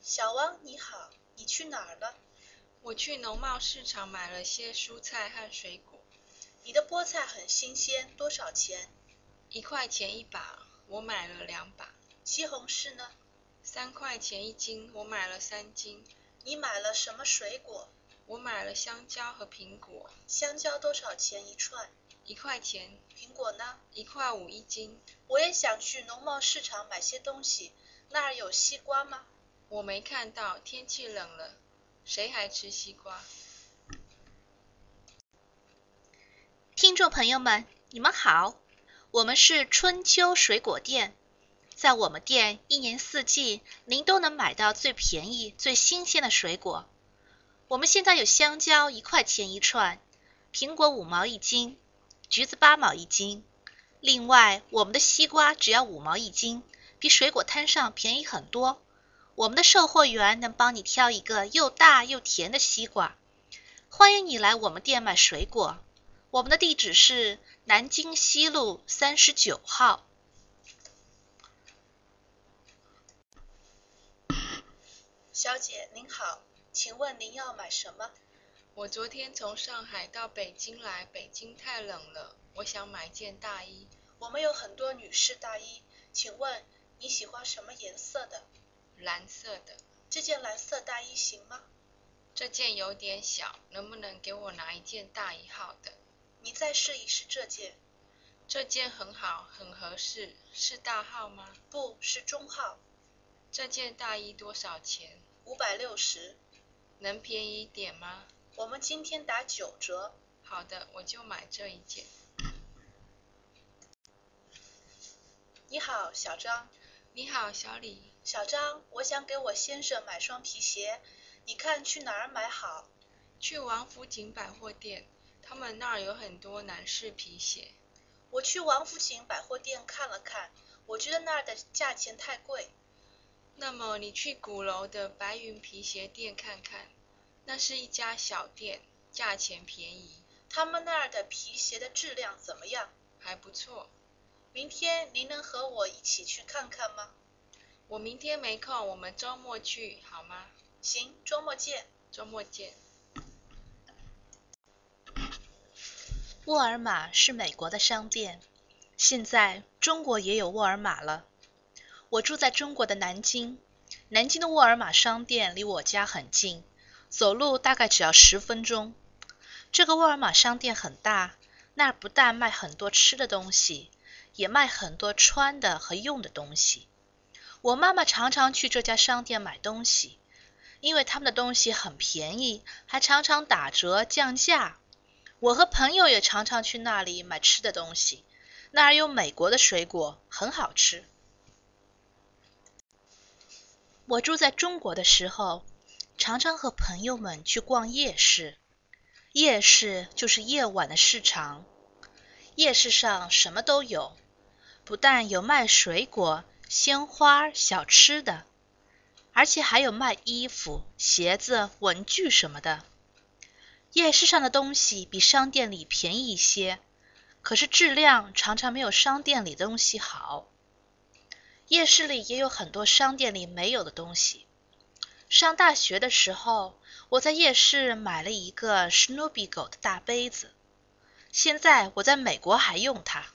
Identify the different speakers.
Speaker 1: 小汪你好，你去哪儿了？
Speaker 2: 我去农贸市场买了些蔬菜和水果，
Speaker 1: 你的菠菜很新鲜，多少钱？
Speaker 2: 一块钱一把，我买了两把；
Speaker 1: 西红柿呢？
Speaker 2: 三块钱一斤，我买了三斤。
Speaker 1: 你买了什么水果？
Speaker 2: 我买了香蕉和苹果，
Speaker 1: 香蕉多少钱一串？
Speaker 2: 一块钱，
Speaker 1: 苹果呢？
Speaker 2: 一块五一斤。
Speaker 1: 我也想去农贸市场买些东西，那儿有西瓜吗？
Speaker 2: 我没看到，天气冷了，谁还吃西瓜？
Speaker 3: 听众朋友们，你们好，我们是春秋水果店，在我们店一年四季您都能买到最便宜、最新鲜的水果。我们现在有香蕉一块钱一串，苹果五毛一斤，橘子八毛一斤。另外，我们的西瓜只要五毛一斤，比水果摊上便宜很多。我们的售货员能帮你挑一个又大又甜的西瓜。欢迎你来我们店买水果。我们的地址是南京西路三十九号。
Speaker 1: 小姐您好，请问您要买什么？
Speaker 2: 我昨天从上海到北京来，北京太冷了，我想买件大衣。
Speaker 1: 我们有很多女士大衣，请问你喜欢什么颜色的？
Speaker 2: 蓝色的，
Speaker 1: 这件蓝色大衣行吗？
Speaker 2: 这件有点小，能不能给我拿一件大一号的？
Speaker 1: 你再试一试这件，
Speaker 2: 这件很好，很合适，是大号吗？
Speaker 1: 不是中号，
Speaker 2: 这件大衣多少钱？
Speaker 1: 五百六十。
Speaker 2: 能便宜一点吗？
Speaker 1: 我们今天打九折。
Speaker 2: 好的，我就买这一件。
Speaker 1: 你好，小张。
Speaker 2: 你好，小李。
Speaker 1: 小张，我想给我先生买双皮鞋，你看去哪儿买好？
Speaker 2: 去王府井百货店，他们那儿有很多男士皮鞋。
Speaker 1: 我去王府井百货店看了看，我觉得那儿的价钱太贵。
Speaker 2: 那么你去鼓楼的白云皮鞋店看看，那是一家小店，价钱便宜，
Speaker 1: 他们那儿的皮鞋的质量怎么样？
Speaker 2: 还不错。
Speaker 1: 明天您能和我一起去看看吗？
Speaker 2: 我明天没空，我们周末去好吗？
Speaker 1: 行，周末见。
Speaker 2: 周末见。
Speaker 3: 沃尔玛是美国的商店，现在中国也有沃尔玛了。我住在中国的南京，南京的沃尔玛商店离我家很近，走路大概只要十分钟。这个沃尔玛商店很大，那儿不但卖很多吃的东西，也卖很多穿的和用的东西。我妈妈常常去这家商店买东西，因为他们的东西很便宜，还常常打折降价。我和朋友也常常去那里买吃的东西，那儿有美国的水果，很好吃。我住在中国的时候，常常和朋友们去逛夜市。夜市就是夜晚的市场，夜市上什么都有，不但有卖水果。鲜花、小吃的，而且还有卖衣服、鞋子、文具什么的。夜市上的东西比商店里便宜一些，可是质量常常没有商店里的东西好。夜市里也有很多商店里没有的东西。上大学的时候，我在夜市买了一个史努比狗的大杯子，现在我在美国还用它。